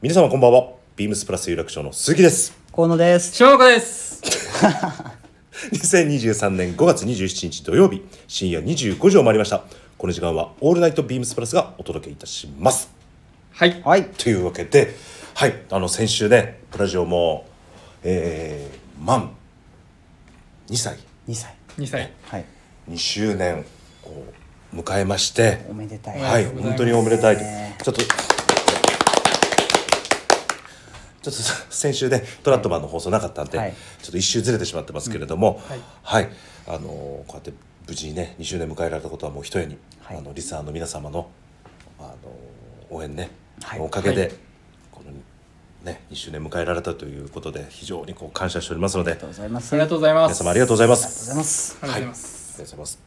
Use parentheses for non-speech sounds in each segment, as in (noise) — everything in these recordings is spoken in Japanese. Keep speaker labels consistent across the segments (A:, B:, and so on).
A: 皆様こんばんはビームスプラス有楽町の鈴木です
B: 河野です。
C: 翔子です。
A: 2023年5月27日土曜日深夜25時を回りましたこの時間はオールナイトビームスプラスがお届けいたします
C: はい。
B: はい。
A: というわけではいあの先週ねプラジオもえー、満2歳
B: 2歳。
C: 2歳。
B: はい。
A: 2周年を迎えまして
B: おめでたい。
C: は
A: はい、
C: ありがとうございます
A: 本当におめでたいと
B: ね。
A: ちょっと。ちょっとさ先週ね、トラットマンの放送なかったんで、
B: はい
A: ちょっと一周ずれてしまってますけれども、
C: うん
A: はい、あのーこうやって無事にね、2周年迎えられたことはもう一重に、
B: はい
A: あのリスナーの皆様のあのー応援ね、
B: はい
A: のおかげで、
C: はい
A: このね、2周年迎えられたということで非常にこう感謝しておりますので
B: ありがとう、ございます。
C: ありがとうございま
A: 皆
C: す。
A: 様ありがとうございます。
B: ありがとうございます。
C: ありがとうござ
A: あり
C: いま
A: が
C: す。
A: とうございます。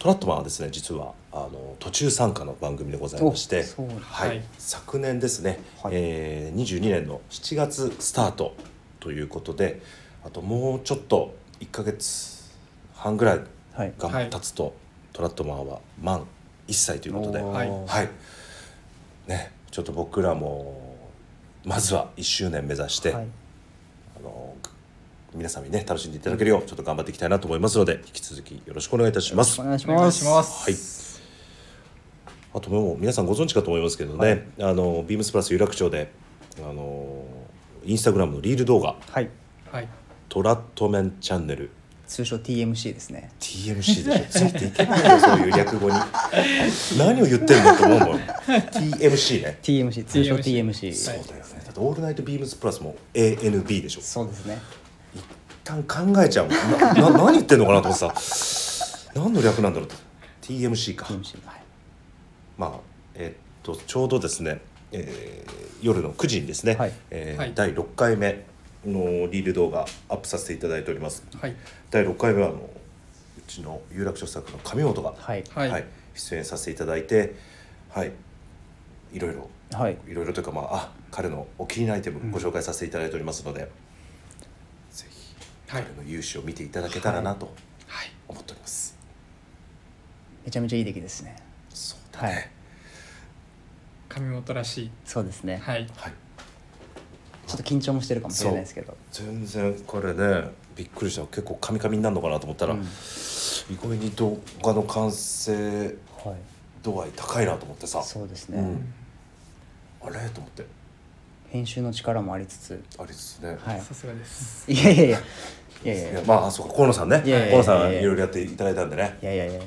A: トラットマンはですね、実はあの途中参加の番組でございまして
B: おそうです、
A: はい、
C: はい
A: 昨年ですね、
B: はい
A: えー22年の7月スタートということで、あともうちょっと1ヶ月半ぐらい
B: はい
A: が
C: はい
A: 経つと、トラットマンは満1歳ということで、
B: おー
A: はい、ね、ちょっと僕らもまずは1周年目指して。
B: はい。
A: あの皆様にね楽しんでいただけるようちょっと頑張っていきたいなと思いますので引き続きよろしくお願いいたします。
B: お願いし
C: お願
B: ま
C: いし
B: す。
C: ます。
A: はい。あともう皆さんご存知かと思いますけどね、あのビームスプラス有楽町であのインスタグラムのリール動画
B: はい。
C: はい。
A: トラットメンチャンネル
B: 通称 TMC ですね。
A: TMC でしょつ (laughs) いていけないよそういう略 (laughs) 語に何を言ってるんだと思うもん TMC ね
B: TMC 通称
C: TMC は
B: TMC。
A: そうだよねだってオールナイトビームスプラスも ANB でしょ
B: そうですね。
A: 一旦考え (laughs) ちゃうもんなな何言ってんのかなと思ってさ何の略なんだろうって TMC か
B: TMC はい。
A: まあえっとちょうどですね、えー夜の9時にですね、
B: はい
A: えー
C: はい
A: 第6回目のリール動画アップさせていただいております
C: はい。
A: 第6回目はあのうちの有楽町スタッフの上本が、
B: はい。
C: はい
A: 出演させていただいてはいいろいろ
B: はい。
A: いろいろというかまああ彼のお気に入りのアイテムご紹介させていただいておりますので、ぜひ
C: はい
A: 彼の勇姿を見ていただけたらなと
C: はい。
A: 思っております、
B: めちゃめちゃいい出来ですね。
A: そうだ
B: は
A: ね、
B: い。
C: 神本らしい。
B: そうですね。
C: はい。
A: はい
B: ちょっと緊張もしてるかもしれないですけど。
A: 全然これねびっくりした結構カミカミになるのかなと思ったら、
B: うん
A: 意外に動画の完成
B: はい。
A: 度合い高いなと思ってさ
B: そうです
A: う
B: ね。
A: んあれと思って
B: 編集の力もありつつ。
A: あれですね、
B: はい。
C: さすがです。
B: いやいやいや。いやい
A: い
B: や
A: や。まあそうか河野さんね
B: いやいやい
A: 河
B: や
A: 野さんいろいろやっていただいたんでね
B: いやいやいや。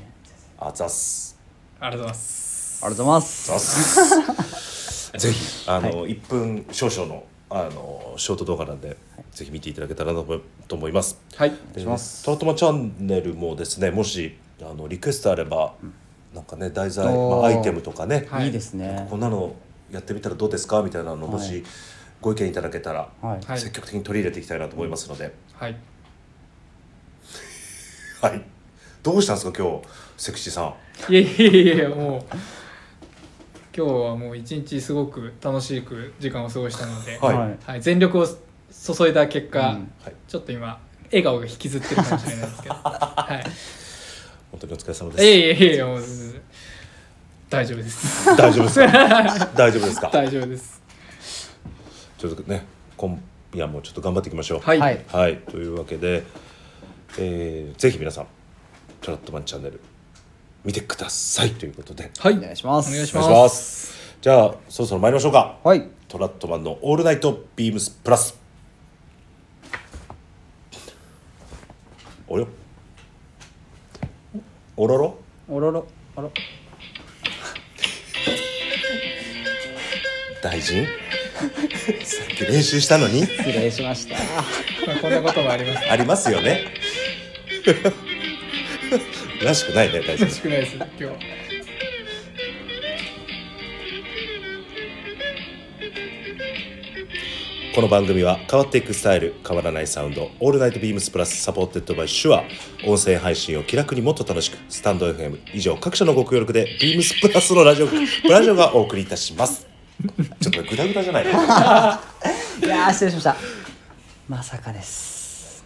A: あざっす
C: ありがとうございます。
B: ありがとうございま
A: ざっ
B: す。
A: す
B: (laughs)
A: ぜひあの、1分少々のあのショート動画なんで、ぜひ見ていただけたらなと思いと思います
C: はい。
A: お願いしますトラトマチャンネルもですねもしあのリクエストあれば、なんかね題材、ま
B: おー
A: あ、アイテムとかね、
C: はい
B: いいです
A: なん
B: ね
A: か。こんなのやってみたらどうですかみたいなのもし、
B: はい
A: ご意見いただけたら、
B: はい。
C: はい
A: 積極的に取り入れていきたいなと思いますので、
C: はい。
A: はいどうしたんですか今日セクシーさん
C: いやいやいやいや、もう。今日はもう一日すごく楽しく時間を過ごしたので、
A: はい
B: はい
C: はい、全力を注いだ結果、
B: うん
A: はい
C: ちょっと今笑顔が引きずってるかもしれないです
A: (laughs)
C: けど、は
A: 本当にお疲れ様
C: い、いや
A: で
C: いやいやいやもう大丈夫
A: (laughs)
C: です
A: す大丈夫ですか大丈夫ですか
C: 大丈夫です
A: ちょっとね今夜もちょっと頑張っていきましょう
C: はい、
B: はい
A: はい、というわけで、えーぜひ皆さん「トラットマンチャンネル」見てくださいということで
C: はい
B: お願いします
C: お願いし
A: お
C: ま
A: 願い
C: す
A: しますじゃあそろそろ参りましょうか
B: はい。
A: トラットマンの「オールナイトビームスプラス」およおろろ
B: おろろ。あら。
A: 大臣さっき練習したのに
B: 失礼しま (laughs) した。
C: まあ、こんなこともあります
A: ありますよね (laughs) らしくないね大臣
C: らしくないです今日
A: この番組は変わっていくスタイル変わらないサウンド「オールナイトビームスプラス」サポーテッドバイシュア音声配信を気楽にもっと楽しくスタンド FM 以上各社のご協力でビームスプラスのラジオブラジオがお送りいたしますちょっとグダグダじゃないね
B: いやー失礼しました。まさかです。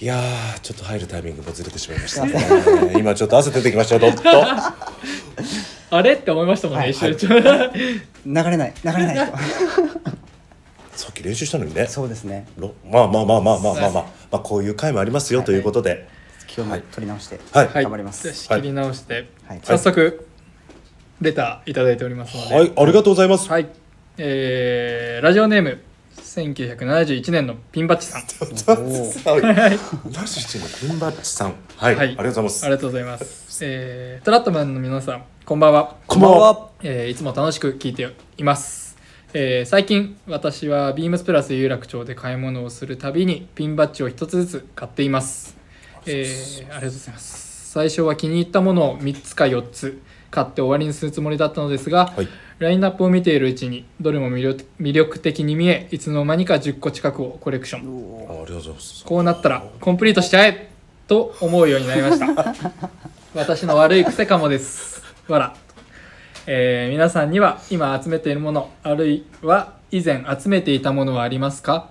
A: いやーちょっと入るタイミングもずれてしまいました
C: (laughs)
A: ね今ちょっと汗出てきましたよどっと
C: あれって思いましたもんね、一瞬ちょ
B: 流れない流れないと。
A: さっき練習したのにね
B: (laughs) そうですね
A: ろまあまあまあまあまあまあま
C: は
A: あ
C: い、
A: まあ、こういう回もありますよということで、
B: 気を取り直して
A: はい
C: はい
B: 頑張ります
C: じゃあ仕切り直して、
B: はい
C: 早速レターいただいておりますので
A: はい、ありがとうござい (laughs) ます。
C: はいえーラジオネーム1971年のピンバッチさんあ
A: はい、ナシチのピンバッチさん、はい、
C: はい
A: ありがとうございます
C: り。がとうございます、えートラットマンの皆さんこんばんは
A: こんばんは。
C: えーいつも楽しく聞いています、えー最近私はビームスプラス有楽町で買い物をするたびにピンバッジを一つずつ買っています、えーありがとうございます最初は気に入ったものを3つか4つ買って終わりにするつもりだったのですが、
A: はい、
C: ラインナップを見ているうちにどれも魅力魅力的に見えいつの間にか10個近くをコレクション
A: あありがとうございます。
C: こうなったらコンプリートしちゃえと思うようになりました (laughs) 私の悪い癖かもですわら、えー皆さんには今集めているものあるいは以前集めていたものはありますか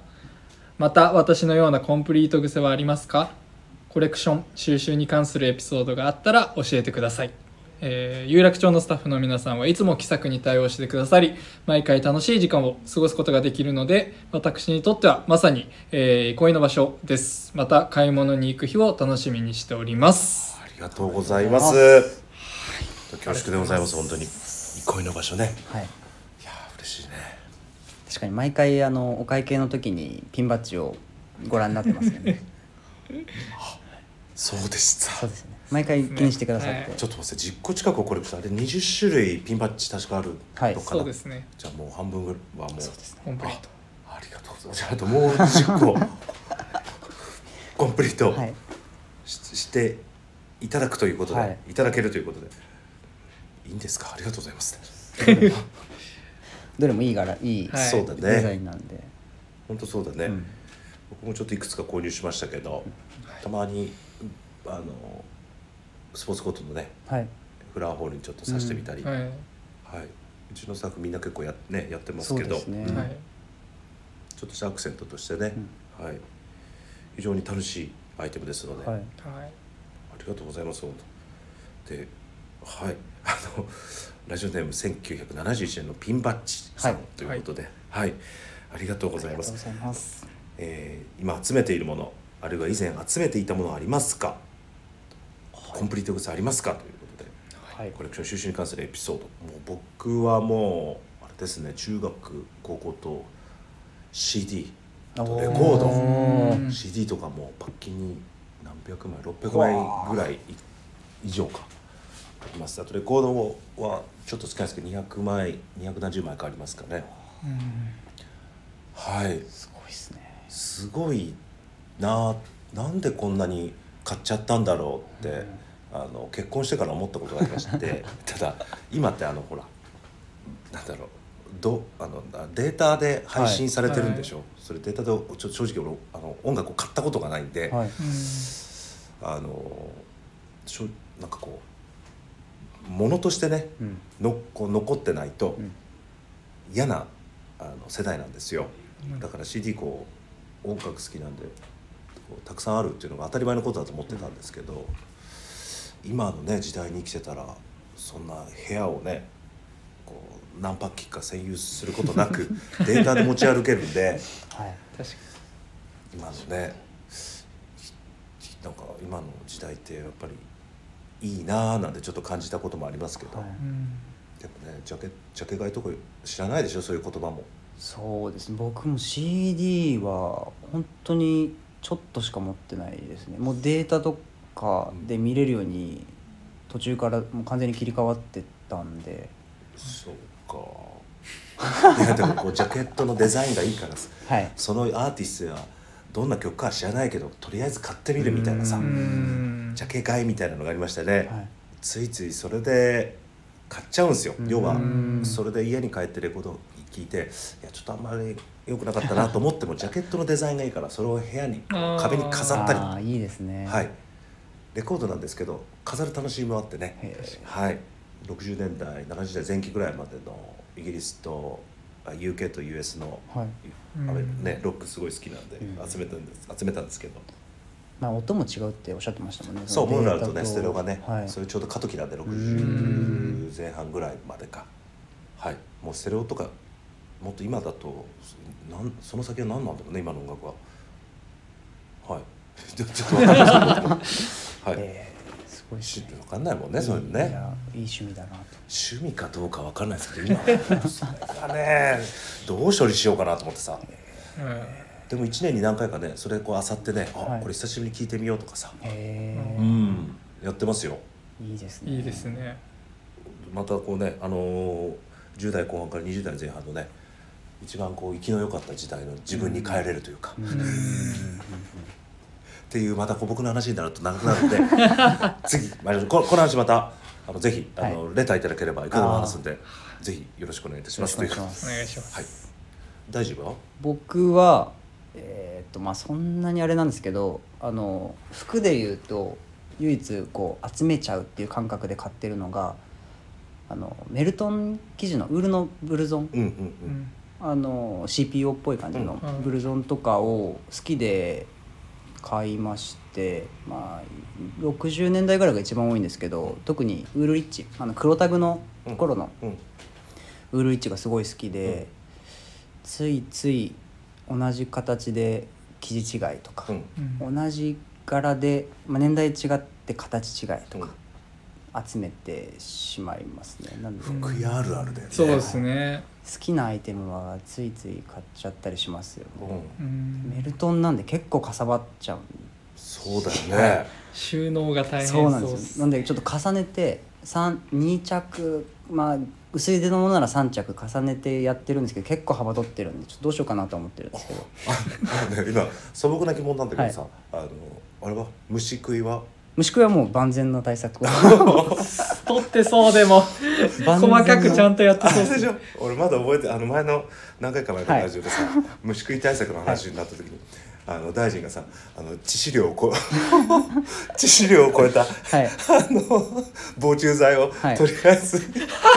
C: また私のようなコンプリート癖はありますかコレクション収集に関するエピソードがあったら教えてください、えー有楽町のスタッフの皆さんはいつも気さくに対応してくださり毎回楽しい時間を過ごすことができるので私にとってはまさに、えー、憩いの場所ですまた買い物に行く日を楽しみにしております
A: ありがとうございます。
B: あ
A: はい恐縮でございます。本当に憩いの場所ね。
B: はい
A: いやー嬉しいね。
B: 確かに毎回あのお会計の時にピンバッジをご覧になってますよね
A: そうでした
B: (laughs) そう。ですよね毎回気にしてくださって、
A: ちょっと待って、10個近くこれあれ20種類ピンバッジ確かあるのかな。
B: はい
C: そうですね
A: じゃあもう半分ぐらいはもう。そうです
C: コンプリート
A: ありがとうございます。じゃああともう10個 (laughs) コンプリート
B: はい
A: し,、ていただくということで、
B: はい
A: い、ただけるということで。いいんですか。ありがとうございます。
B: どれもいい柄いい、
C: はい
A: そうだ
B: デザ
A: ね。
B: インなんで、
A: 本当そうだね。
B: うん
A: 僕もちょっといくつか購入しましたけど、たまにあのスポーツコートのね
B: はい
A: フラワーホールにちょっとさしてみたり、
C: は
A: はいい、うちのスタッフみんな結構や,、ね、やってますけど
B: そうですね
A: うん
C: はい
A: ちょっとしたアクセントとしてね、はい、非常に楽しいアイテムですので、
B: は
A: あ
B: い
C: はい
A: りがとうございます本当ではい (laughs) あのラジオネーム1971年のピンバッジさん
B: はい
A: ということで、はいありがとうございます
B: ありがとうございます
A: えー今集めているものあるいは以前集めていたものはありますか、コンプリートグッズありますかということで、
B: はい
A: コレクション収集に関するエピソードもう僕はもうあれですね中学高校と CD あとレコ
B: お
A: ード
C: ー
A: CD とかもパッキンに何百枚600枚ぐらい以上かありますあとレコードはちょっと少ないですけど200枚270枚かありますかねはい
B: すごいですね
A: すごいななんでこんなに買っちゃったんだろうって、あの結婚してから思ったことがありまして (laughs) ただ今ってあのほらなんだろうどあのあデータで配信されてるんでしょ、それデータでちょ正直俺あの音楽を買ったことがないんで、
B: はい
C: うん
A: あのしょなんかこうものとしてね
B: うん
A: のこう残ってないと
B: うん
A: 嫌なあの世代なんですよ。
C: うん
A: だから CD こう音楽好きなんでこうたくさんあるっていうのが当たり前のことだと思ってたんですけど今のね時代に生きてたらそんな部屋をねこう何パッキか占有することなくデータで持ち歩けるんで
B: はい
C: 確か
A: 今のねなんか今の時代ってやっぱりいいなーなんてちょっと感じたこともありますけど、
B: はい
C: にうん
A: でもねジャケジャケ買いとか知らないでしょそういう言葉も。
B: そうですね僕も CD は本当にちょっとしか持ってないですねもうデータとかで見れるように途中からもう完全に切り替わってったんで
A: そうか (laughs) いやでもこうジャケットのデザインがいいからさ
B: はい
A: そのアーティストやどんな曲かは知らないけどとりあえず買ってみるみたいなさ
C: うん
A: ジャケ買いみたいなのがありましたね、
B: はい
A: ついついそれで買っちゃうんですよ
B: うん
A: 要は
C: うん
A: それで家に帰ってレコード聞いていやちょっとあんまり良くなかったなと思
B: (laughs)
A: ってもジャケットのデザインがいいからそれを部屋に
C: あー
A: 壁に飾ったり
B: ああいいですね
A: はい、レコードなんですけど飾る楽しみもあってね
B: へえ、
A: はい、60年代70代前期ぐらいまでのイギリスとあ UK と US の、
B: はい
A: アメ
C: うん
A: ね、ロックすごい好きなんで
B: うん
A: 集めたんです集めたんですけど、
B: まあ音も違うっておっしゃってましたもんね
A: そうモ
B: の
A: ン
B: デ
A: ラ
B: ー
A: ル
B: タ
A: とねステレオがね、
B: はい
A: それちょうど過渡期なんで
B: ー
A: 60
B: ん
A: 前半ぐらいまでか、はい、もうステレオとかもっと今だとなんその先は何なんだろうね今の音楽ははい (laughs) ちょっと分かんないですけどはい、
B: えーすごいです
A: し
B: ね
A: 分かんないもんねそういうの
B: い
A: ね
B: やいい趣味だなと
A: 趣味かどうか分かんないですけど今はそれがねどう処理しようかなと思ってさ
C: う
A: でも1年に何回かねそれこうあさってねあ、
B: はい
A: これ久しぶりに聞いてみようとかさ
B: へ
A: う
B: え
A: んやってますよ
B: いいです
C: ん
B: ね
C: いいですね
A: またこうね、あのー10代後半から20代前半のね一番こう生きの良かった時代の自分に帰れるというか、
B: うん
A: っ
B: うん
C: うん
A: ていうまたこう僕の話になると長くなるんで次まあここの話またあのぜひあの、レターいただければいくらでも話すんでぜひよろしくお願いいたしますという
B: お願いしま
C: お
B: す
C: 願いします
A: はい、大丈夫よ
B: 僕はえーっとまあそんなにあれなんですけどあの服でいうと唯一こう集めちゃうっていう感覚で買ってるのがあのメルトン生地のウールのブルゾン
A: うんうん
C: う
A: うん
C: ん
B: あの CPO っぽい感じの
C: うん
B: ブルゾンとかを好きで買いまして、まあ、60年代ぐらいが一番多いんですけど特にウールリッチあの黒タグの頃の
A: うん
B: ウールリッチがすごい好きで、
A: うん
B: ついつい同じ形で生地違いとか、
A: うん
C: うん
B: 同じ柄で、まあ、年代違って形違いと
A: う
B: か
A: ん
B: 集めてしまいますね。なんで
A: 服屋あるあるだよね
C: そうですね
B: 好きなアイテムはついつい買っちゃったりしますよ
A: う
B: ね、
A: ん
C: うん
B: メルトンなんで結構かさばっちゃう
A: そうだよね
C: 収納が大変
B: そうなん
C: っ
B: です
C: す
B: よなんでちょっと重ねて2着まあ薄い手のものなら3着重ねてやってるんですけど結構幅取ってるんでちょっとどうしようかなと思ってるんですけど
A: (laughs) あのね今素朴な疑問なんだけどさ、あのあれは虫食いは
B: 虫食いはもう万全の対
C: (laughs)
B: 策を
C: 取ってそうでも
B: 万
C: 細
B: 全な
C: かくちゃんとやって
A: あ
C: そう
A: れでしょ (laughs) 俺まだ覚えてあの前の何回か前のラジオ
C: (laughs)
A: でさ、虫食い対策の話になった時に、あの大臣がさあの致死量をこ (laughs) 致死量を超えたあ
B: はい
A: の防虫剤を
B: はい
A: とりあえず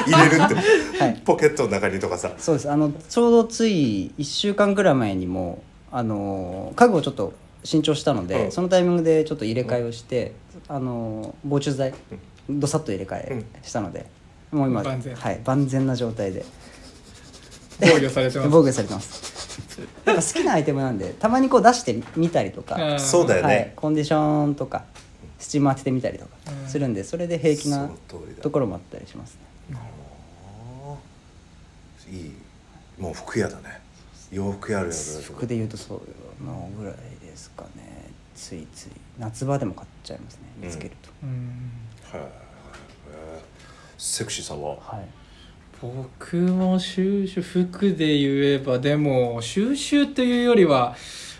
A: 入れるって、
B: はい
A: ポケットの中にとかさ
B: そうですあのちょうどつい1週間ぐらい前にもあの家具をちょっと新調したので、
A: うん
B: そのタイミングでちょっと入れ替えをして、あの防虫剤どさっと入れ替えしたので、もう今
C: 万全
B: はい、万全な状態で
C: 防御され
B: (laughs)
C: てます
B: 防御されてますやっぱ好きなアイテムなんでたまにこう出してみたりとか、
C: うん
A: そうだよね、
B: はい、コンディションとかスチーム当ててみたりとか
C: うん
B: するんでそれで平気
A: そ
B: な
A: の通りだ
B: ところもあったりしますね
A: いいもう服屋だね洋服屋あるあるある
B: 服で言うとそうのぐらいですかねついつい夏場でも買っちゃいますね見つけると、
C: うん
A: はいはいはいはいセクシーさは
B: はい
C: 僕も収集服で言えばでも収集というよりは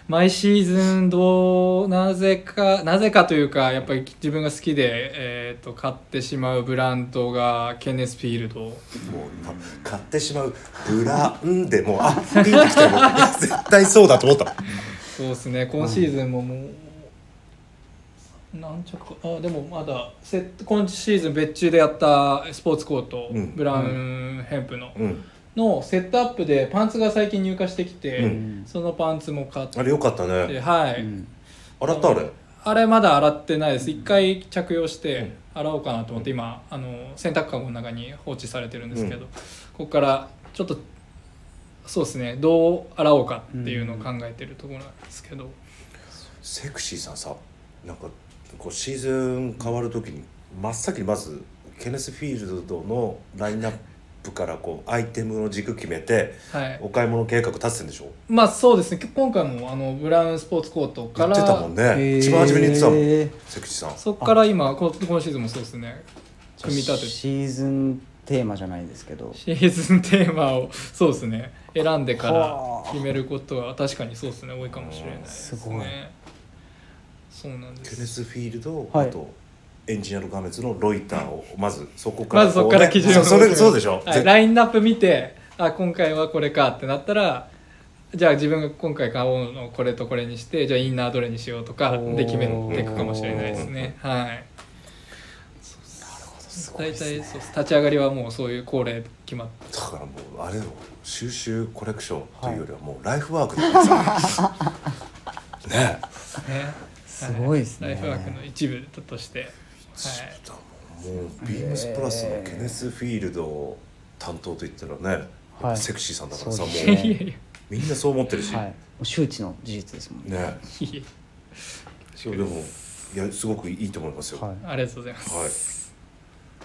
C: 毎シーズンどうなぜかなぜかというかやっぱり自分が好きで、えー、と買ってしまうブランドがケネスフィールド
A: もうた買ってしまうブランでもうあピンときてもう (laughs) 絶対そうだと思った
C: そうですね今シーズンももう、何着かあでもまだセット今シーズン別注でやったスポーツコート、
A: うん
C: ブラウンヘンプの、
A: うん
C: のセットアップでパンツが最近入荷してきて、
A: うん
C: そのパンツも買っ
A: あれよかった
C: て
A: ね
C: はい、
B: うん
A: 洗ったあれ
C: あれまだ洗ってないです一回着用して洗おうかなと思って今あの洗濯かごの中に放置されてるんですけど、
A: うん
C: ここからちょっとそうですねどう洗おうかっていうのを考えてるところなんですけど、
A: セクシーさんさなんかこうシーズン変わる時に真っ先にまずケネスフィールドのラインナップからこうアイテムの軸決めて
C: はい
A: お買い物計画立ててんでしょ
C: まあそうですね今回もあのブラウンスポーツコート
A: 言
C: から
A: ってたもんね一番初めに言ってたもんセクシーさん
C: そっから今こ今シーズンもそうですね組み立てて
B: シーズンテーマじゃないですけど
C: シーズンテーマをそうですね選んでから
B: はあ
C: 決めることは確かにそうですね多いかもしれないですね
B: すごい
C: そうなんで
A: ケネス
C: す
A: フィールド、
B: はい
A: あとエンジニアのガーメンツのロイターをまずそこから
C: まずそこから基準を
A: そうそれそうでしょ、
C: はい、ラインナップ見てあ今回はこれかってなったらじゃあ自分が今回買おうのをこれとこれにしてじゃあインナーどれにしようとかで決めていくかもしれないですねはい大体そうです立ち上がりはもうそういう恒例決まって
A: だからもうあれを収集コレクションというよりはもうライフワークだから (laughs) さねえ
C: ますね
B: (laughs) すごいですね
C: はライフワークの一部としてはい
A: もうビームスプラスのケネスフィールド担当といったらねやっぱセクシーさんだからさ、もう
C: いやいや
A: みんなそう思ってるし、
B: はい、もう周知の事実ですもんね。
A: ね
C: いや
A: でもいやすごくいいと思いますよ、
B: はい、
C: ありがとうございます。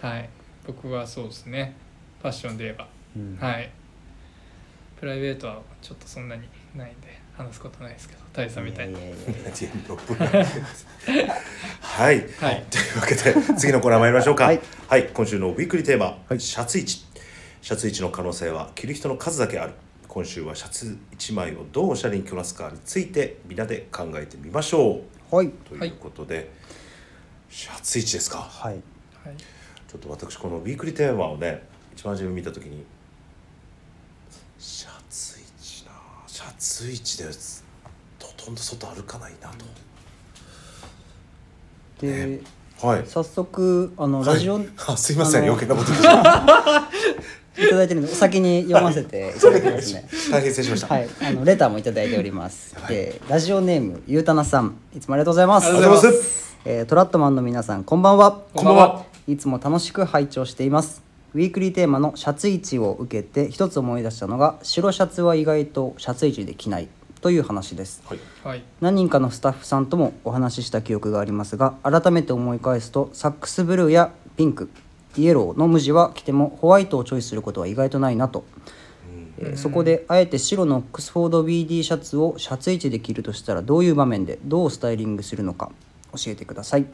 C: はい、僕はそうですね。ファッションで言えば、
B: うん
C: はい。プライベートはちょっとそんなにないんで話すことないですけど、大佐みたいに。
B: ややいや
A: (laughs) いや六分はい、
C: はい
A: というわけで次のコーナー参りましょうかは
B: はいい、
A: 今週のウィークリーテーマ、
B: はい
A: シャツ1シャツ1の可能性は着る人の数だけある今週はシャツ1枚をどうおしゃれに着こなすかについてみんなで考えてみましょ
B: はい、
A: うということで、シャツ1ですか
B: はい、
C: はい。
A: ちょっと私このウィークリーテーマをね一番初め見た時にシャツ1なあシャツ1でほとんど外歩かないなと。
B: で、
A: はい、
B: 早速あの
A: はい
B: ラジオい
A: あすいません
B: あの
A: 余計なこと言ってしまった
B: ただいてるのでお先に読ませていただきま
A: (laughs)
B: すね。
A: 大変失礼しました、
B: はい、あのレターもいただいております。えーラジオネームゆうたなさん、いつもありがとうございます。
C: あ
A: あ
C: り
A: り
C: が
A: が
C: と
A: と
C: う
A: う
C: ご
A: ござい
C: ざい
A: ま
C: ま
A: す
B: えートラットマンの皆さんこんばんは
C: こんばんはい
B: つも楽しく拝聴していますウィークリーテーマのシャツ位置を受けて一つ思い出したのが白シャツは意外とシャツ位置で着ないという話です
A: はい
C: はい。
B: 何人かのスタッフさんともお話しした記憶がありますが改めて思い返すとサックスブルーやピンクイエローの無地は着てもホワイトをチョイスすることは意外とないなとえーそこであえて白のオックスフォード BD シャツをシャツ位置で着るとしたらどういう場面でどうスタイリングするのか教えてください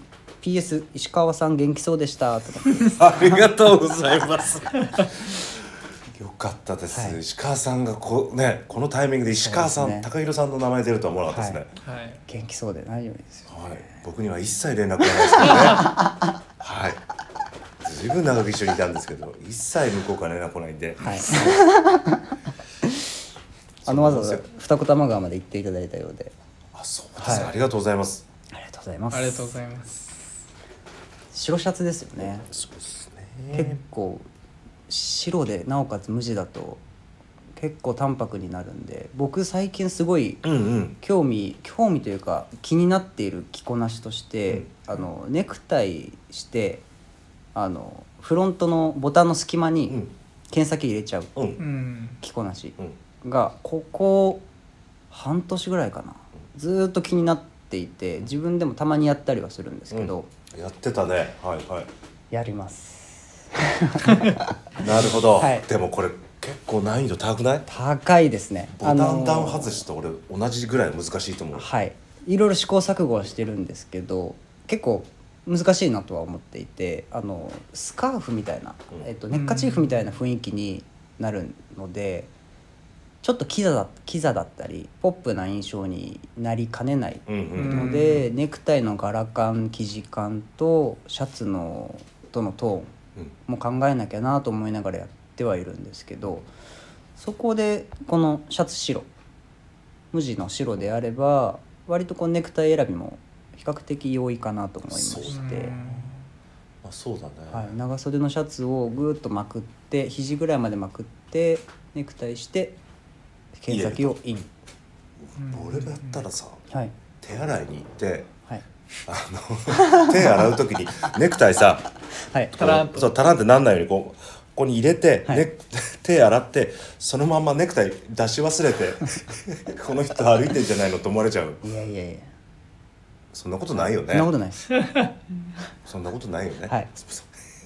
B: PS 石川さん元気そうでしたとか
A: ありがとうございますよかったです、
B: はい
A: 石川さんがこ,、ね、このタイミングで石川さん、
B: そうですね
A: 高弘さんの名前出るとは思わなかったですね、
C: はい。
B: 元気そうで大丈夫ですよ
A: はい僕には一切連絡がないですけどねはいずいぶん長く一緒にいたんですけど一切向こうから連絡来ないんで、
B: はい
A: そ
B: あ
A: う
B: の
A: な
B: わ
A: ん
B: ざ
A: で
B: わ
A: すよ
B: ざ二子玉川まで行っていただいたようで
A: あそうですね、
B: はい
A: ありがとうございます
B: ありがとうございます
C: ありがとうございます。
B: 白シャツですよね
A: そうです
B: 結構白でなおかつ無地だと結構淡白になるんで僕最近すごい
A: うんうん
B: 興味興味というか気になっている着こなしとして、あのネクタイしてあのフロントのボタンの隙間
A: う
B: に
A: ん
B: 剣先入れちゃう
A: うん
C: うん。
B: 着こなし
A: うん
B: がここ半年ぐらいかなずーっと気になっていて自分でもたまにやったりはするんですけど、
A: やってたねはいはい
B: やります
A: なるほど、
B: はい
A: でもこれ結構難易度高くない
B: 高いですね
A: ボタン
B: あのー
A: ダウン外しと俺同じぐらい難しいと思う、
B: はいいろいろ試行錯誤はしてるんですけど結構難しいなとは思っていてあのスカーフみたいな、
A: うん
B: えっと、ネッカチーフみたいな雰囲気になるので、ちょっとキザだキザだったりポップな印象になりかねない
A: うんうん
B: ので、ネクタイの柄感生地感とシャツのとのトーン
A: うん
B: も考えなきゃなと思いながらやってはいるんですけどそこでこのシャツ白無地の白であれば割とこうネクタイ選びも比較的容易かなと思いま
A: そ
B: し
A: う
B: て、
A: まあ、そうだね、
B: はい、長袖のシャツをぐーっとまくって肘ぐらいまでまくってネクタイして剣先をイン
C: うん
A: 俺がやったらさ
B: はい
A: 手洗いに行って
B: はい
A: あの (laughs) 手洗う時にネクタイさ
B: はい
C: タランと
A: そうタランってなんないようにこうここに入れて、
B: はい
A: ね、 (laughs) 手洗ってそのまんまネクタイ出し忘れて (laughs) この人歩いてんじゃないのと思われちゃう
B: いやいやいや
A: そんなことないよね
B: そんなことないです
A: そんなことないよね、
B: はい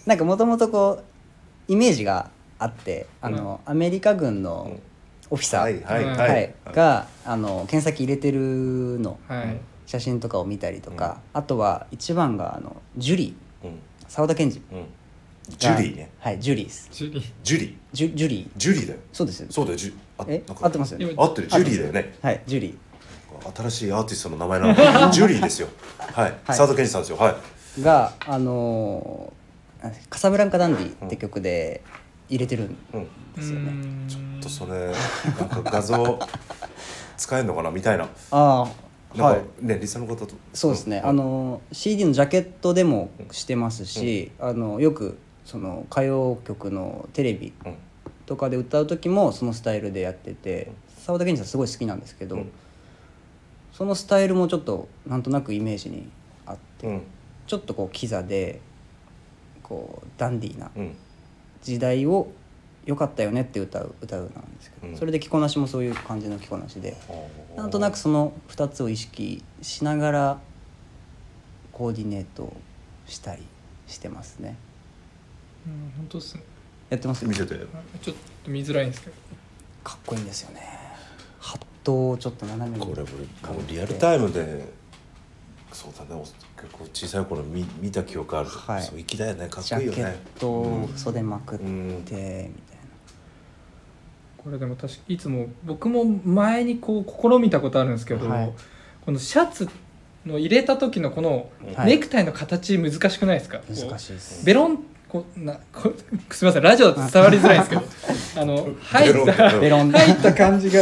B: なんかもともとこうイメージがあってあの、アメリカ軍のオフィサー、
A: (laughs) はいはい
C: うん
A: はい、
B: はい、があの剣先入れてるの
C: はい。
B: 写真とかを見たりとか、あとは一番があのジュリー
A: うん
B: 澤田研二
A: うん、ジュリーね
B: はいジュリーです
C: ジュリー
A: ジュリー
B: ジュジュリー
A: ジュリーだよ
B: そうですよね
A: そうだよジュあ
B: え
A: なんか
B: 合ってますよね
A: 合ってるジュリーだよね
B: はいジュリー
A: 新しいアーティストの名 (laughs) 前なんだジュリーですよはい
B: はい
A: 沢田研二さんですよはい
B: があのーあカサブランカ・ダンディ」って曲で入れてるん
A: うん
B: ですよね、
C: ね。ちょ
A: とそれなんか画像使えるのかなみたいな
B: ああ
A: な
B: は
A: ん
B: い
A: かねリサの方と
B: そうですね、
A: ん
B: あの CD のジャケットでもしてますし、あのよくその歌謡曲のテレビ
A: うん
B: とかで歌う時もそのスタイルでやってて澤田研二さんすごい好きなんですけど、
A: うん
B: そのスタイルもちょっとなんとなくイメージにあって、
A: うん
B: ちょっとこうキザでこうダンディーな
A: うん
B: 時代を良かったよねって歌う歌うなんですけど、
A: うん
B: それで着こなしもそういう感じの着こなしで
A: あー
B: なんとなくその2つを意識しながらコーディネートしたりしてますね
C: うん本当ですね
B: やってます
A: 見せて
C: ちょっと見づらいんですけど
B: かっこいいんですよねハットをちょっと斜めに
A: これ俺もうリアルタイムでそうだねお結構小さい頃見見た記憶ある、
B: はい
A: そう粋だよねかっ
B: ジ
A: こいい
B: ャ
A: よ
B: ケッ
A: ね
B: トを袖まくって、
A: うん
B: みたい
C: これでも確かいつも僕も前にこう試みたことあるんですけど、
B: はい
C: このシャツの入れた時のこの
B: はい
C: ネクタイの形難しくないですか、こ
B: な
C: う
B: 難しいです
C: ベロンこうな (laughs) こすみませんラジオだと伝わりづらいんですけどあの
A: ベ
C: 入
A: ロン
C: った
A: ベロン
B: ベロ (laughs) ン
C: 入った感じが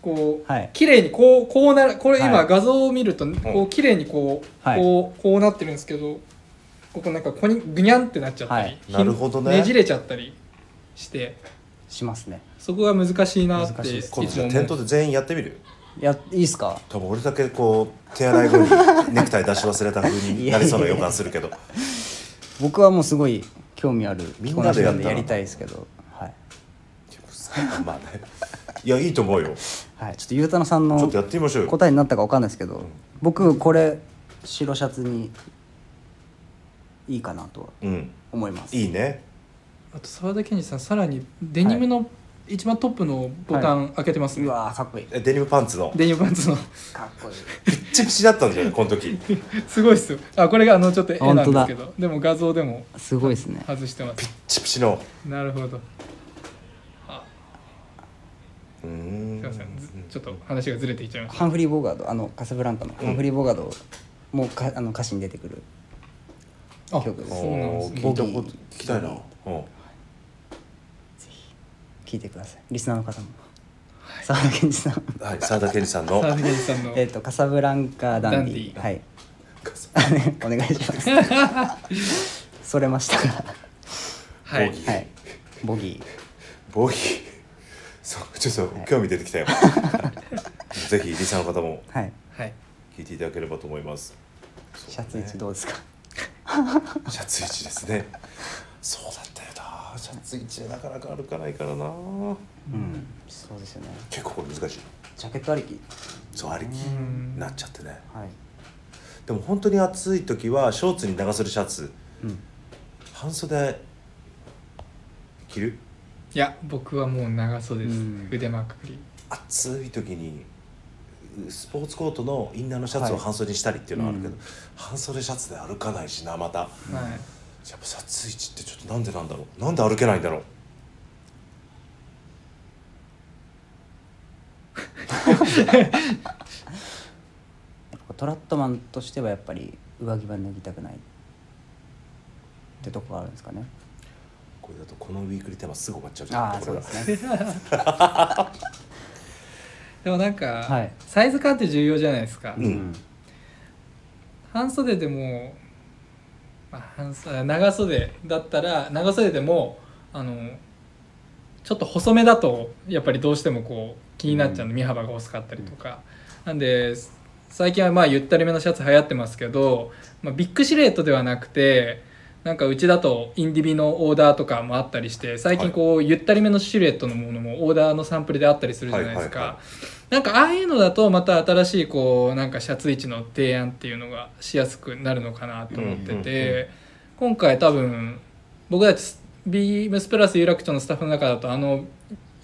C: こう、
B: はい
C: 綺麗にこうこうなるこれ
B: は
C: 今
B: い
C: 画像を見るとこ
A: うん
C: う綺麗にこう、
B: はい
C: こうこうなってるんですけどここなんかここにぐにゃんってなっちゃった
B: は
C: り、
B: い
C: ひ
A: なるほどね
C: ねじれちゃったりして
B: しますね
C: そこが難しいなって
B: 難しい
C: い
B: で
C: つ
B: す
A: 今度じゃあ
C: も思う
A: テントで全員やってみるよ
B: いやいいっすか
A: 多分俺だけこう手洗い後にネクタイ出し忘れた風になりそうな予感するけど
B: 僕はもうすごい興味ある
A: み
B: 着
A: ん
B: こ
A: な
B: な
A: で
B: し
A: や
B: な
A: ったら
B: んでやりたいですけどはい、
A: まあねいやいいと思うよち
B: はい、ちょっとゆうたなさんの
A: ょっとやってみましょうよ
B: 答えになったかわかんないですけど、僕これ白シャツにいいかなとは
A: うん
B: 思います
A: いいね
C: あと澤田研二さんさらにデニムの一番トップのボタン開けてますね、
B: うわーかっこいい
A: えデニムパンツの
C: デニムパンツの (laughs)
B: かっこいい
A: ピッチピチだったんじゃないこの時ピッ
C: すごいっすよあこれがあのちょっと絵なんですけどでも画像でも
B: すごいですね
C: 外してます
A: チピチの
C: なるほど
A: うーん
C: すいませんずちょっと話がずれていっちゃいました
B: ハンフリー・ボガードあのカサブランカのハンフリー・ボガードもうかあの歌詞に出てくる
C: あ
B: 曲です
C: そうなんです
A: おー聞い
C: ね
A: たこと聞きたいなうん
B: 聞いてくださいリスナーの方も沢田研二 (laughs) さん
A: はい澤田研二さんの
C: 澤田研二さんの
B: えっとカサブランカダンディ
C: ダンディ
B: はい (laughs) お願いします (laughs) それましたが
C: はい
A: ボギー
B: はいボギ
A: ボギーそうちょっと興味出てきたよぜひリサの方も
B: ーはい
C: はい
A: 聞いていただければと思います
B: シャツ位置どうですか
A: シャツ位置ですねそうだったよなシャツ位置でなかなか歩かないからな
B: うんそうですよね
A: 結構これ難しい
B: ジャケットありき
A: そうありき
C: ん
A: になっちゃってね
B: はい
A: でも本当に暑い時はショーツに長袖シャツ
B: うん
A: 半袖着る
C: いや僕はもう長袖です、
B: うん
C: 腕まくり
A: 暑い時にスポーツコートのインナーのシャツを
B: はい
A: 半袖にしたりっていうのはあるけど、
B: うん
A: 半袖シャツで歩かないしなまたやっ
C: はい
A: ぱシャツ位置ってちょっとなんでなんだろうなんで歩けないんだろう
B: トラットマンとしてはやっぱり上着は脱ぎたくないってとこがあるんですかね
A: これだとこのウィークリーテーマすぐ終わっちゃうじゃん
B: ああ
A: こ
B: そ
A: れ
B: う
A: が
B: ですね
C: でもなんか、
B: はい
C: サイズ感って重要じゃないですか、
A: うん
C: 半袖でも、まあ、半袖長袖だったら長袖でもあのちょっと細めだとやっぱりどうしてもこう気になっちゃうの、身幅が細かったりとか、なんで最近はまあゆったりめのシャツ流行ってますけど、まあ、ビッグシルエットではなくてなんかうちだとインディビのオーダーとかもあったりして最近こうゆったりめのシルエットのものもオーダーのサンプルであったりするじゃないですか、
A: はいはいは
C: なんかああいうのだとまた新しいこうなんかシャツ位置の提案っていうのがしやすくなるのかなと思ってて、
A: うんうんう
C: 今回多分僕たちビームスプラス有楽町のスタッフの中だとあの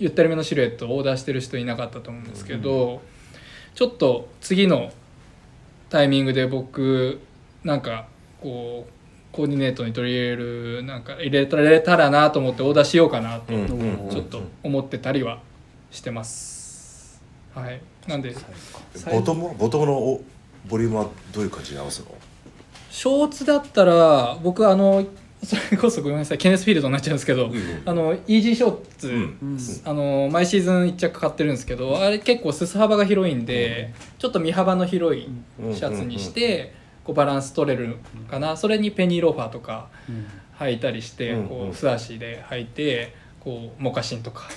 C: ゆったりめのシルエットをオーダーしてる人いなかったと思うんですけど、ちょっと次のタイミングで僕なんかこうコーディネートに取り入れるなんか入れられたらなと思ってオーダーしようかなと
A: うんうんうん
C: ちょっと思ってたりはしてます。はい、なんで
A: ボトムはボトムのおボリュームはどういう感じに合わせるの
C: ショーツだったら僕あのそれこそごめんなさいケネスフィールドになっちゃうんですけど、あのイージーショーツ、
A: うん
C: あの毎シーズン1着買ってるんですけどあれ結構すす幅が広いんで、ちょっと身幅の広いシャツにして、こうバランス取れるかなそれにペニーローファーとか
B: うん
C: 履いたりして、
A: うん
C: こ
A: うん
C: う素足で履いてこうモカシンとか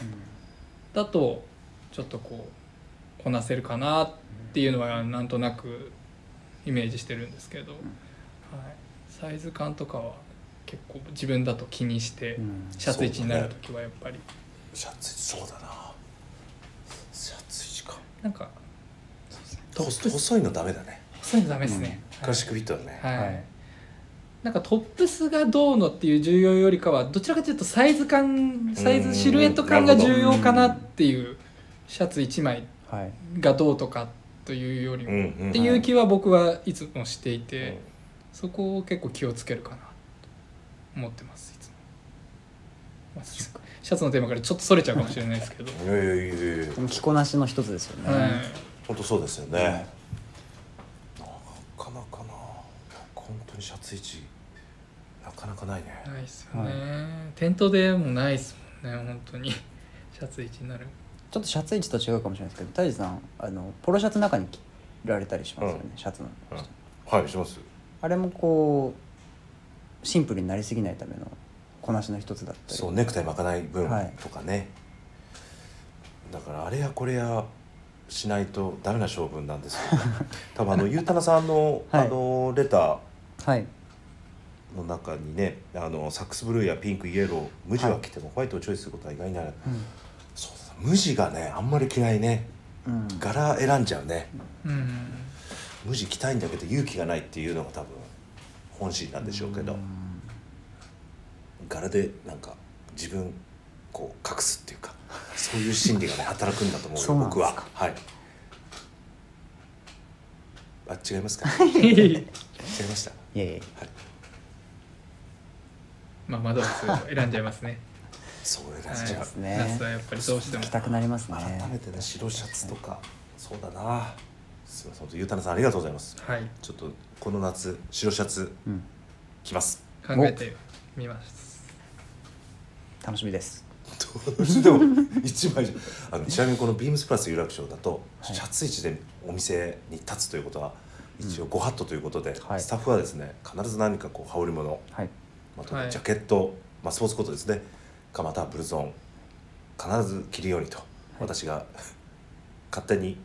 C: だとちょっとこうこなせるかなっていうのはなんとなくイメージしてるんですけど、はい、サイズ感とかは結構自分だと気にして、
B: うん
C: シャツ1になる時はやっぱり、
A: シャツそうだなシャツ1か
C: なんか
A: だから細いのダメだね
C: そういうのダメですね、
A: クラシックフィットだね、
C: はい、
B: はい
C: なんかトップスがどうのっていう重要よりかはどちらかというとサイズ感サイズシルエット感が重要かなっていうシャツ1枚
B: はい
C: がどうとかというより
A: う
C: も、
A: んうん
C: っていう気は僕はいつもしていて、
A: うん
C: そこを結構気をつけるかなと思ってますいつも、まあシャツのテーマからちょっとそれちゃうかもしれないですけど、
A: いやいやいやいや
B: でも着こなしの一つですよね、
C: はい
A: 本当そうですよね、なかなかな本当にシャツ1なかなかないね、
C: ないっすよね、店頭でもないっすもんね本当にシャツ1になる
B: ちょっとシャツ位置と違うかもしれないですけど泰治さんあのポロシャツの中に着られたりしますよね、
A: うん
B: シャツの、
A: はいします
B: あれもこうシンプルになりすぎないためのこなしの一つだったり
A: そうネクタイ巻かない分
B: はい
A: とかね、だからあれやこれやしないとダメな性分なん
B: (laughs)
A: ですよ多分あのゆうたなさんの、
B: はい
A: あのレター
B: はい
A: の中にねあのサックスブルーやピンクイエロー無地は着てもホワイトをチョイスすることは意外になる、そうだ無地がねあんまり着ないね
B: うん、うん
A: 柄選んじゃうね
C: うん
A: 無地着たいんだけど勇気がないっていうのが多分本心なんでしょうけど、
B: うん
A: 柄でなんか自分こう隠すっていうかそういう心理がね働くんだと思
B: そう
A: うよ
B: なんです
A: 僕
B: か
A: ははいあ違います
B: (laughs)
A: か違いました
B: いやいや
C: まあ窓枠選んじゃいます
A: (laughs)
C: ね
A: そう
C: は
A: 選
C: い
A: んじゃう、
B: すね
C: 夏はやっぱりどうしても
B: 着たくなりますね
A: 改めてね白シャツとかそうだなすいません本当ゆうたなさんありがとうございます
C: はい
A: ちょっとこの夏白シャツ
B: うん、
A: 着ます
C: 考えてみます
B: 楽しみです
A: どうしても一枚じゃあのちなみにこのビームスプラス有楽町だと、
B: はい
A: シャツ一でお店に立つということは一応ご法度ということで、
B: はい
A: スタッフはですね必ず何かこう羽織り物、
B: はい
A: まあ特に
C: はい
A: ジャケット、まあ、スポーツコートですねかまたはブルゾン必ず着るようにと、私が勝手に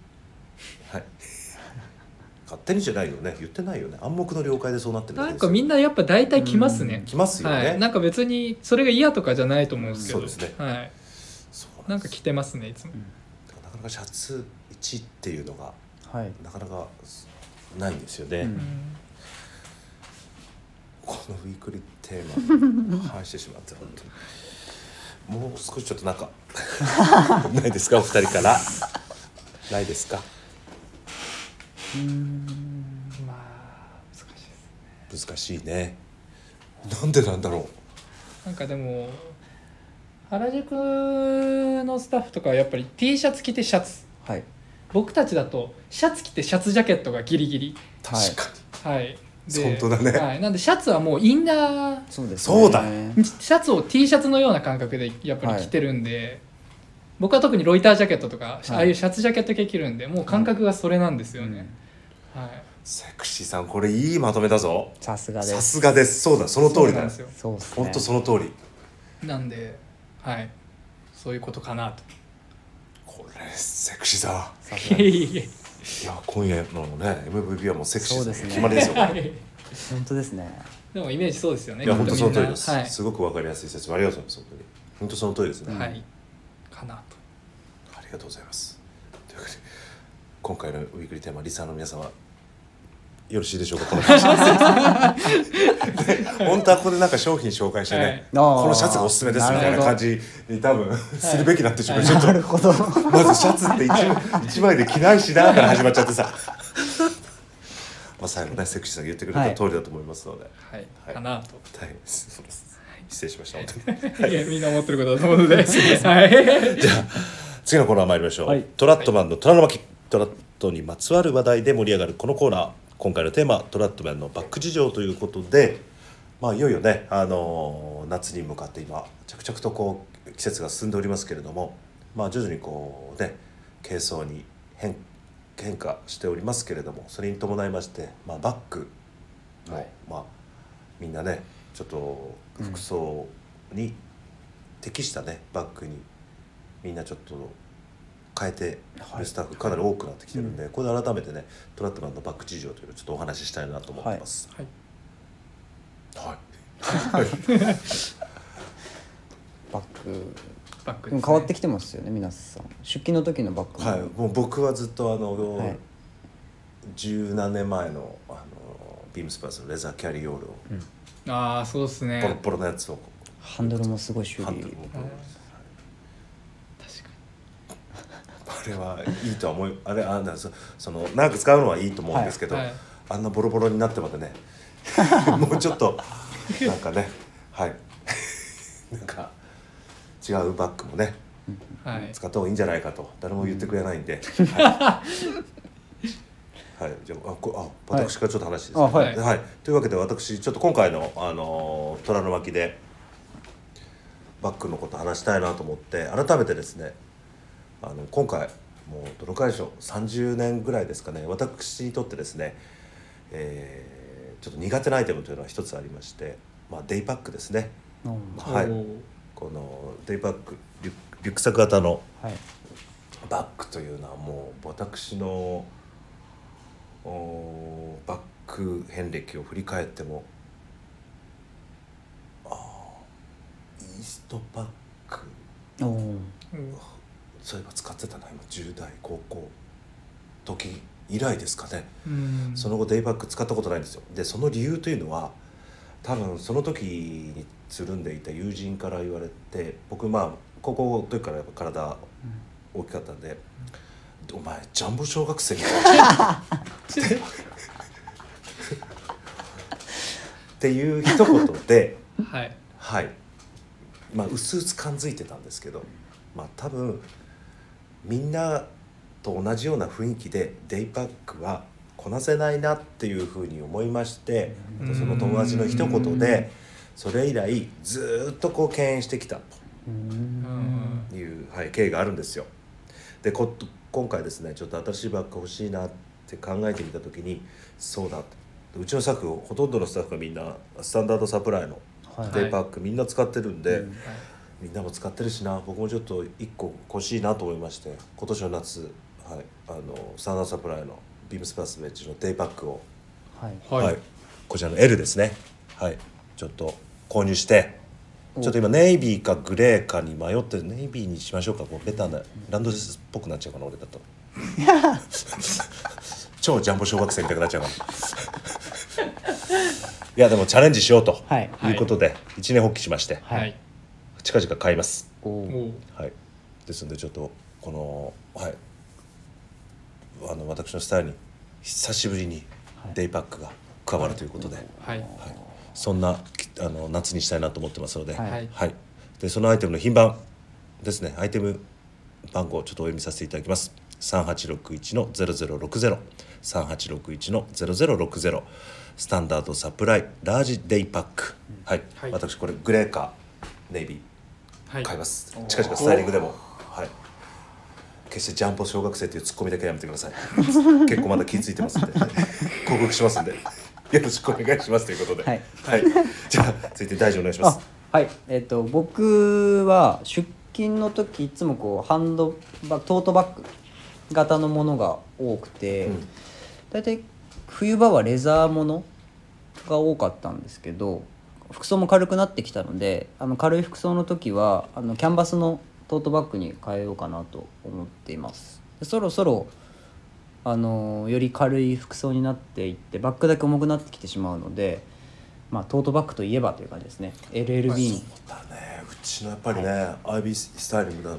A: はい勝手にじゃないよね言ってないよね暗黙の了解でそうなってるだ
C: な
A: け
C: ん
A: です
C: か
A: よ
C: みんなやっぱ大体来ますね、
A: 来ますよね、
C: はい、なんか別にそれが嫌とかじゃないと思うんですけど、
A: そうですね
C: はい、
A: そう
C: な
A: なん
C: ん
A: で
C: か
A: す
C: 着てますねいつも、
A: なかなかシャツ一っていうのが
B: はい
A: なかなかないんですよね、
B: う
C: うんん
A: このウィークリーテーマ話してしまって本当にもう少しちょっとなんか (laughs) ないですかお二人からないですか
C: まあ難しいです
A: 難しいねなんでなんだろ
C: なんかでも原宿のスタッフとかはやっぱり T シャツ着てシャツ
B: はい
C: 僕たちだとシャツ着てシャツジャケットがギリギリ
A: う
B: はい
A: 確か
C: はい
A: 本当だね
C: はい、なんでシャツはもうインナー
B: そうです
A: そうだ
C: シャツを T シャツのような感覚でやっぱり着てるんで、僕は特にロイタージャケットとか、
B: はい
C: ああいうシャツジャケット系着るんでもう感覚がそれなんですよね、はい
A: にセクシーさんこれいいまとめだぞ
B: さすがで
A: さ
B: す
A: すがですそうだその通り
C: そうな
A: だ
C: んで
A: よ
C: すよ
B: そうですね
A: 本当その通り
C: なんではいそういうことかなと
A: これセクシーだ
B: さすが
C: いえいえ
A: いや今夜のね MVP はもうセクシーさん
B: そうですね
A: 決まりですよ
C: はい
B: 本当ですね
C: でもイメージそうですよね
A: いや
C: きっ
A: 本
C: と
A: 当そ
C: みん
A: の通
C: な
A: りです、
C: はい、
A: すごくわかりやすい説明ありがとうございます本当に本当その通りですね、
C: はい、かなと
A: ありがとうございます。というわけで今回のウィークリーテーマリサーの皆様よろしいでしょうかこの
C: (laughs)
A: 話で本当はここでなんか商品紹介してね、
C: はい
A: このシャツがおすすめですみたいな感じに多分するべきなんでしょうけど、
B: なるほど
A: ちょっとまずシャツって一一枚で着ないしなから始まっちゃって
C: (laughs)
A: さ。まあ最後ねセクシーさんが言ってくれた通りだと思いますので、
C: はい、
A: はい
C: かなと
A: 大変ですそうです失礼しました本当に。
C: (laughs) いやみんな思ってることだと思うので、はい、
A: 次のコーナー参りましょう、
B: はい
A: トラットマンの虎の巻トラットにまつわる話題で盛り上がるこのコーナー今回のテーマトラットマンのバック事情ということでまあいよいよね、あのー夏に向かって今着々とこう季節が進んでおりますけれどもまあ徐々にこうね軽装に変変化しておりますけれどもそれに伴いまして、まあ、バッグも、
C: はい
A: まあみんなねちょっと服装に適したね、バッグにみんなちょっと変えて
B: はい
A: るスタッフかなり多くなってきてるんで、ここで改めてねトラットマンのバック事情というのをちょっとお話ししたいなと思ってます。はい、はい
B: バッグ
C: バック
B: でも変わってきてますよね皆さん出勤の時のバッグも
A: はい、もう僕はずっとあの、
B: はい
A: 十何年前のあのビームスプラスのレザーキャリオールを、
C: ああそうですね
A: ボ
C: 確
A: ロ
C: か
A: ボロのやつを
B: ハンドルもすごい修
A: ハ
B: 理
A: ンドルもボロボロですあれはいいとは思いあれあなそその長く使うのはいいと思うんですけど、
C: はいはい
A: あんなボロボロになってまでね (laughs) もうちょっとなんかねはい (laughs) なんか違うバッグもね
C: にはい
A: 使った方がいいんじゃないかと誰も言ってくれないんで、はい、はい、じゃああこあ私からちょっと話です、ね
B: あはい
A: はい、というわけで私ちょっと今回の、あのー虎の巻でバックのこと話したいなと思って改めてですねあの今回もうどのくらいでしょう30年ぐらいですかね私にとってですね、えーちょっと苦手なアイテムというのは一つありまして、まあ、デイパックですね。
B: うん
A: はい
C: おー
A: このデイパックリュリュックサック型の
B: はい
A: バッグというのはもう私のおーバック遍歴を振り返ってもあーイーストバッグ
B: おー
C: うん
A: そういえば使ってたな今10代高校時以来ですかね
C: うん
A: その後デイバッグ使ったことないんですよでその理由というのは多分その時につるんでいた友人から言われて僕まあ高校の時からやっぱ体大きかったんで「お前ジャンボ小学生みたいな」
C: (laughs)
A: っていう一言で
C: はい
A: はいまあうすうす感づいてたんですけどまあ多分みんなと同じような雰囲気でデイパックはこなせないなっていうふうに思いまして
C: うん
A: その友達の一言でそれ以来ずーっとこう敬遠してきた
B: うー
C: うんん
A: という、はい、経緯があるんですよ。でこ今回ですねちょっと新しいバッグ欲しいなって考えてみた時にそうだってうちのスタッフほとんどのスタッフがみんなスタンダードサプライの
B: はい
A: デイパックみんな使ってるんで。
B: うん
C: はい
A: みんなも使ってるしな僕もちょっと1個欲しいなと思いまして今年の夏、はい、あのスタンダードサプライのビームスプラスベッジのデイパックを、
B: はい
C: はい
A: こちらの L ですねはいちょっと購入して
B: お
A: ちょっと今ネイビーかグレーかに迷ってるネイビーにしましょうかこうベタなランドセルっぽくなっちゃうかな俺だと (laughs) 超ジャンボ小学生みたいになっちゃうかないやでもチャレンジしようと
B: はい
A: いうことで、一年発起しまして、
C: はい
A: 近々買います
B: お
C: お
B: ー
C: ー
A: はい、ですのでちょっとこの,、はい、あの私のスタイルに久しぶりにデイパックが加わるということで、はい
C: はい
A: そんなきあの夏にしたいなと思ってますので,、
B: はい
C: はい
A: でそのアイテムの品番ですねアイテム番号をちょっとお読みさせていただきます。3861の0060 3861の0060スタンダードサプライラージデイパック、はい、
C: はい
A: 私これグレーかネイビー
C: はい
A: 買います近々スタイリングでもはい決してジャンボ小学生というツッコミだけはやめてくださ
B: (laughs)
A: い結構まだ気づいてますんで広告しますんでよろしくお願いしますということで
B: はい、
A: じゃあ続いて大臣お願いしま
B: あ
A: す
B: はいえっ、と僕は出勤の時いつもこうハンドバッグトートバッグ型のものが多くて、
A: うん
B: 大体冬場はレザーものが多かったんですけど服装も軽くなってきたのであの軽い服装の時はあのキャンバスのトートバッグに変えようかなと思っていますでそろそろあのより軽い服装になっていってバッグだけ重くなってきてしまうので、まあ、トートバッグといえばという感じですね LLB に
A: だねうちのやっぱりね、IB スタイリングだの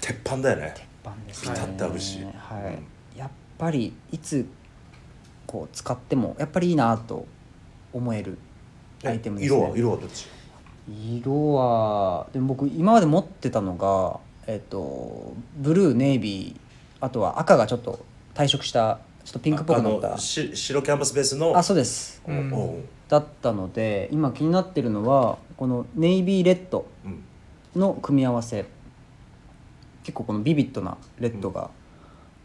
A: 鉄板だよね
B: 番です
A: ピタッと合うし
B: はいやっぱりいつこう使ってもやっぱりいいなと思えるアイテムです、ね、
A: 色は色はどっち
B: 色はでも僕今まで持ってたのが、えっと、ブルーネイビーあとは赤がちょっと退色したちょっとピンクっぽくなっ
A: あ
B: た
A: のし白キャンバスベースの
B: あそうです
A: おうんおう
B: だったので今気になってるのはこのネイビーレッド
A: うん
B: の組み合わせ結構このビビッドなレッドが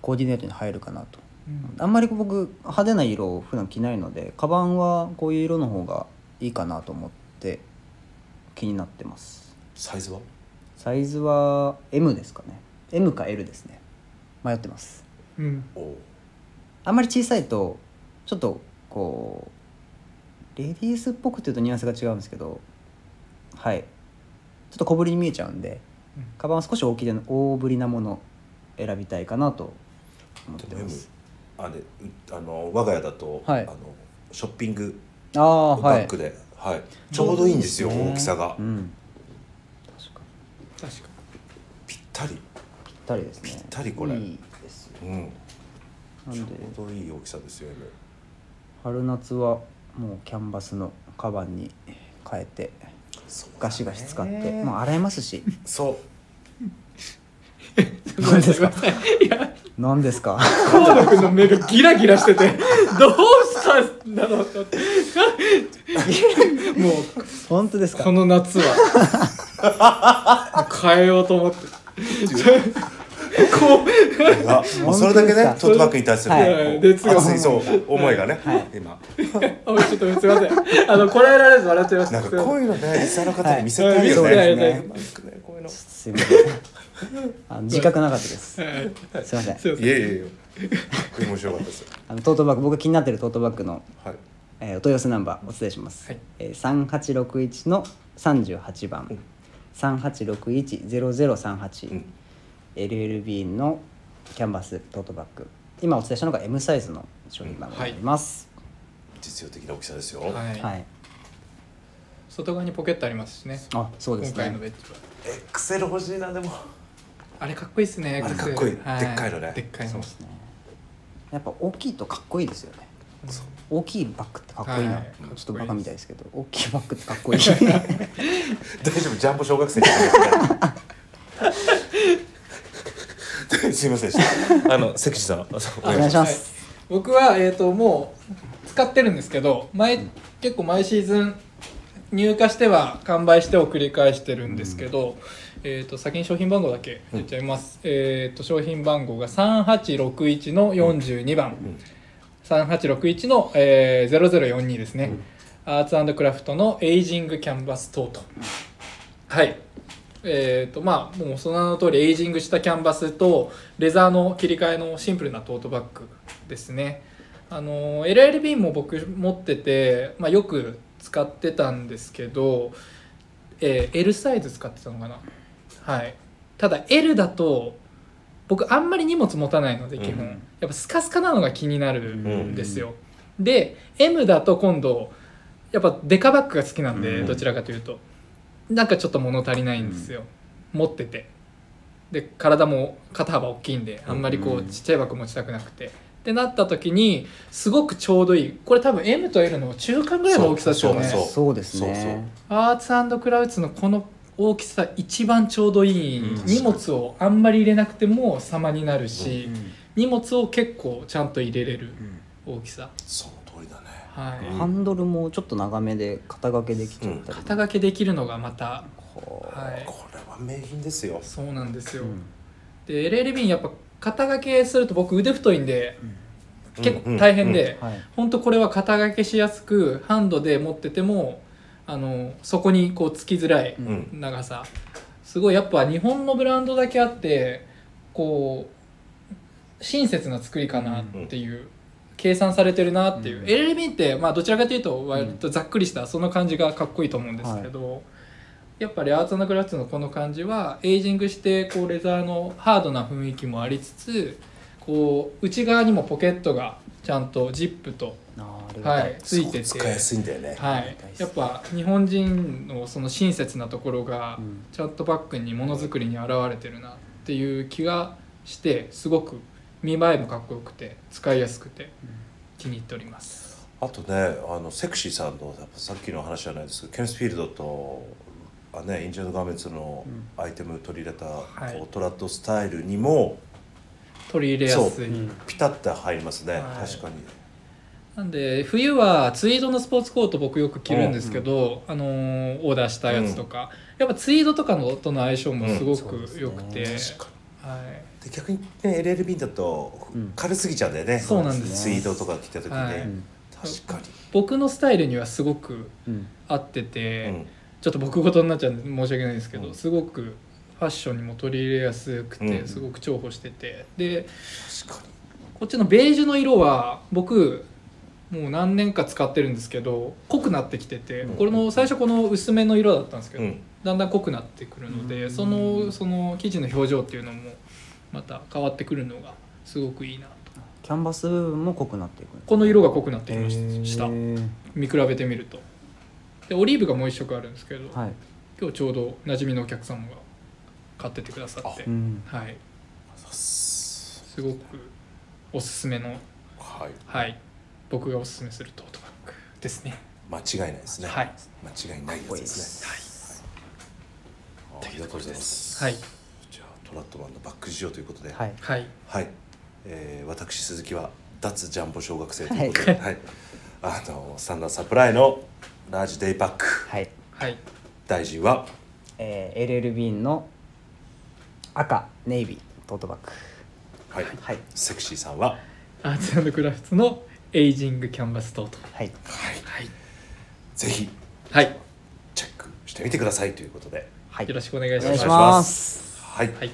B: コーディネートに入るかなと、
C: うん
B: あんまり僕派手な色を普段着ないのでカバンはこういう色の方がいいかなと思って気になってます
A: サイズは
B: サイズは M ですかね M か L ですね迷ってます
C: うん
A: おう
B: あんまり小さいとちょっとこうレディースっぽくっていうとニュアンスが違うんですけどはいちょっと小ぶりに見えちゃうんで
C: うん
B: カバンは少し大きで大ぶりなものを選びたいかなと思ってます
A: あれうあの我が家だと、
B: はい
A: あのショッピング
B: ああ
A: バ
B: は
A: ッ
B: い
A: グ、で、はいちょうどいいんですよ
C: そうですね
A: 大きさが、
B: うん、確かに
C: 確か
A: ぴったり、
B: ぴったりですねぴった
A: りこれ
B: いいですよ
A: うん、
B: な
A: ちょ
B: んで
A: うどいい大きさですよね
B: 春夏はもうキャンバスのカバンに変えてガシガシ使ってもう洗えますし
A: そう
C: にごめんなさいごめんなさい
B: 何ですか
C: 河野君の目がギラギラしててどうしたんだろ
B: (laughs)
C: うと (laughs) 思ってもう
B: 本当ですか
C: この夏は変えようと思ってこう
A: あもうそれだけね
B: 本当ですか
A: トートバッグに対する、
B: はい
C: 熱が
A: 熱いそう思いがね、今
C: おいちょっとすいませんあのこらえられず笑っちゃいまし
A: な
C: た
A: んか
C: すいませ
A: こういうのね実際の方に見せたいよ
B: は
A: ね,、
B: いそうですね
A: うまくねこういうの
B: すいませんあの自覚なかったですすいません
C: すいません
A: いやいやいやこれ面白かったですよ
B: あのトートバッグ僕が気になってるトートバッグの、
A: はい
B: えーお問い合わせナンバーお伝えします、
C: はい
B: えー、3861の38番、3861-0038、
A: うん
B: LLB のキャンバストートバッグ今お伝えしたのが M サイズの商品番になります、
A: 実用的な大きさですよ、
C: はい
B: はい
C: 外側にポケットありますしね
B: あそうです
C: 今回
B: ね
C: のベッドは
A: エクセル欲しいなでも
C: あれかっこいいっすね
A: あれかっこいい
C: 靴は
A: でっかいのね
C: でっかい
B: そう
C: の
B: ですねやっぱ大きいとかっこいいですよね
A: そう
B: 大きいバッグってかっこいいな、
C: はい
B: ちょっとバカみたいですけど大きいバッグってかっこいいは
A: 大丈夫ジャンボ小学生じゃないですねすいませんでしたあの関地さんあそうお
B: お願いします
C: はい、僕は、えー、ともう使ってるんですけど毎結構毎シーズン入荷しては完売してを繰り返してるんですけど、えー、と先に商品番号だけ言っちゃいます、えー、と商品番号が3861の42番、
A: ん
C: 3861の、えー、0042ですね、アーツクラフトのエイジングキャンバストートはいえーとまあ、もうその名の通りエイジングしたキャンバスとレザーの切り替えのシンプルなトートバッグですねあの LLB も僕持ってて、まあ、よく使ってたんですけど、えー L サイズ使ってたのかなはいただ L だと僕あんまり荷物持たないので基本、
A: うん
C: やっぱスカスカなのが気になるんですよ、で M だと今度やっぱデカバッグが好きなんで、
B: うん
C: どちらかというとなんかちょっと物足りないんですよ、持っててで体も肩幅大きいんであんまりこ
B: う
C: うんちっちゃいバッグ持ちたくなくて、ってなった時にすごくちょうどいいこれ多分 M と L の中間ぐらいの大きさですよね
A: そうそう
B: そうですね
C: アーツクラウツのこの大きさ一番ちょうどいい、
A: うん
C: 荷物をあんまり入れなくても様になるし、
B: うん
C: 荷物を結構ちゃんと入れれる大きさ
A: その通りだね
C: はい、
A: うん
B: ハンドルもちょっと長めで肩掛けできちゃったり、
C: 肩掛けできるのがまた
B: こう
C: はい
A: これは名品ですよ
C: そうなんです
B: う
C: よ、
B: ん
C: で LL ビンやっぱ肩掛けすると僕腕太いんで結
A: うん
C: 構大変で、
B: はい
C: 本当これは肩掛けしやすくハンドで持っててもあのそこにこうつきづらい
A: うんうん
C: 長さすごいやっぱ日本のブランドだけあってこう親切な作りかなっていう、計算されてるなっていう、
B: うん
C: LLB って、まあ、どちらかというと割とざっくりしたその感じがかっこいいと思うんですけど、やっぱりアーツクラフツのこの感じはエイジングしてこうレザーのハードな雰囲気もありつつこう内側にもポケットがちゃんとジップと、
B: あーありが
C: は
B: たい
C: い、ついてて。
A: そう使いやすいんだよね
C: はい
B: 大好、き
C: やっぱ日本人のその親切なところが
B: うん
C: チャットバックにものづくりに表れてるなっていう気がしてすごく見栄えもかっこよくて使いやすくて気に入っております。
A: あとねあのセクシーさんのやっぱさっきの話じゃないですけどケンスフィールドとあ、ね、インジェンドガーメンツのアイテム取り入れた、
C: い
A: こうトラッドスタイルにも
C: 取り入れやすい、
B: うん
A: ピタッと入りますね、
C: はい
A: 確かに
C: なんで冬はツイードのスポーツコート僕よく着るんですけど、あのーオーダーしたやつとか、やっぱツイードとかのとの相性もすご
B: うん
C: く良くて、
A: 確か
C: はい、
A: にで逆にね LLB だと
B: うん
A: 軽すぎちゃうんだよね、
C: そうなんです
A: ツイートとか来た時ね、
C: はい
B: うん
A: 確か
C: 僕のスタイルにはすごく
B: うん
C: 合ってて。
A: に、うん
C: ちょっと僕事になっちゃうんで申し訳ないですけど、
A: うん
C: すごくファッションにも取り入れやすくて、
A: うん
C: すごく重宝しててで
A: 確か
C: こっちのベージュの色は僕もう何年か使ってるんですけど濃くなってきててこれの最初この薄めの色だったんですけど、
A: うん
C: だんだん濃くなってくるので、そのその生地の表情っていうのもまた変わってくるのがすごくいいなと
B: キャンバス部分も濃くなっていく
C: この色が濃くなってきまし
B: へー
C: した見比べてみるとでオリーブがもう一色あるんですけど、
B: はい、
C: 今日ちょうど馴染みのお客様が買っててくださって、
B: うん、
C: はい、
A: す
C: すごくおすすめの
A: はい
C: はい僕がおすすめするトートバッグですね
A: 間違いないですね
C: はい
A: 間違いないや
B: 濃
A: つで
B: いです
A: ね
B: す、
A: あーありがとうございます
C: はい
A: じゃあトラットマンのバック事情ということで
B: はい、
C: はい
A: はい、えー私鈴木は脱ジャンボ小学生ということで、はいあのスタンダードサプライのラージデイパック
B: はい
C: はい
A: 大臣は
B: えー、LLB の赤ネイビートートバッグ
A: はい、
B: はい
A: セクシーさんは
C: アーツクラフトのエイジングキャンバストート
B: はい
A: はい
C: はい、
A: ぜひ
C: はい、
A: チェックしてみてくださいということで
B: はい
C: よろしくお願いし
B: お
C: ま
B: 願い
C: す
B: し
A: ま
B: ます
A: はい、
C: はい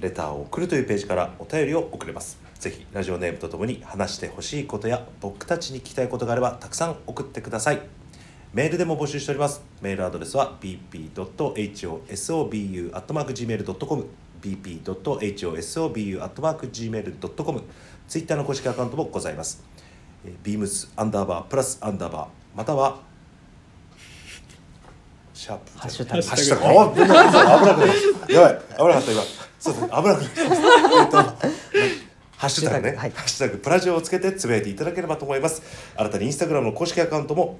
A: レターを送るというページからお便りを送れますぜひラジオネームとともに話してほしいことや僕たちに聞きたいことがあればたくさん送ってくださいメールでも募集しておりますメールアドレスは bp.hosobu.gmail.com bp.hosobu.gmail.com ツイッターの公式アカウントもございますえービームスアンダーバープラスアンダーバーまたはシャープ
B: ハッシュタグ
A: ハッシュタグお危なかったやばい危なかった今そうそう危なかったえっとハッシュタグね、
B: はい
A: ハッシュタグプラジオをつけてつぶやいていただければと思います新たにインスタグラムの公式アカウントも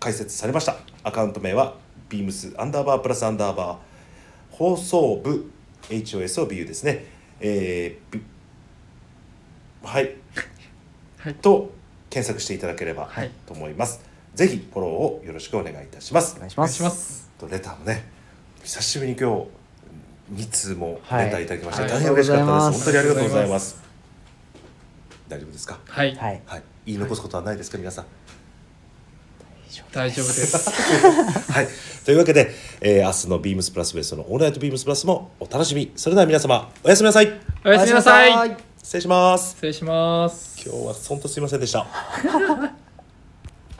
A: 開設されましたアカウント名は beams アンダーバープラスアンダーバー放送部 HOSOBU ですねえー、びはい
C: はい
A: と検索していただければ
C: はい
A: と思います、ぜひフォローをよろしくお願いいたします
B: お願いし
C: お
B: ま
C: 願い
B: す
C: します
A: とレターもね久しぶりに今日2通も
B: はい
A: レターいただきまして、
C: はい
A: 大変嬉しかったです、
B: あ
A: 本当にありが
C: り
A: とう
C: がとう
A: ご
C: ご
A: ざ
C: ざ
A: い
C: い
A: ま
C: ます
A: 大丈夫ですか
C: はい、
B: はい
A: はい言い残すことはないですか皆さん
C: 大丈夫です
A: はいというわけで、えー明日のビームスプラスウエストのオールナイトビームスプラスもお楽しみそれでは皆様おやすみなさい
C: おやすみなさい
A: 失礼します
C: 失礼します
A: 今日は本当すいませんでした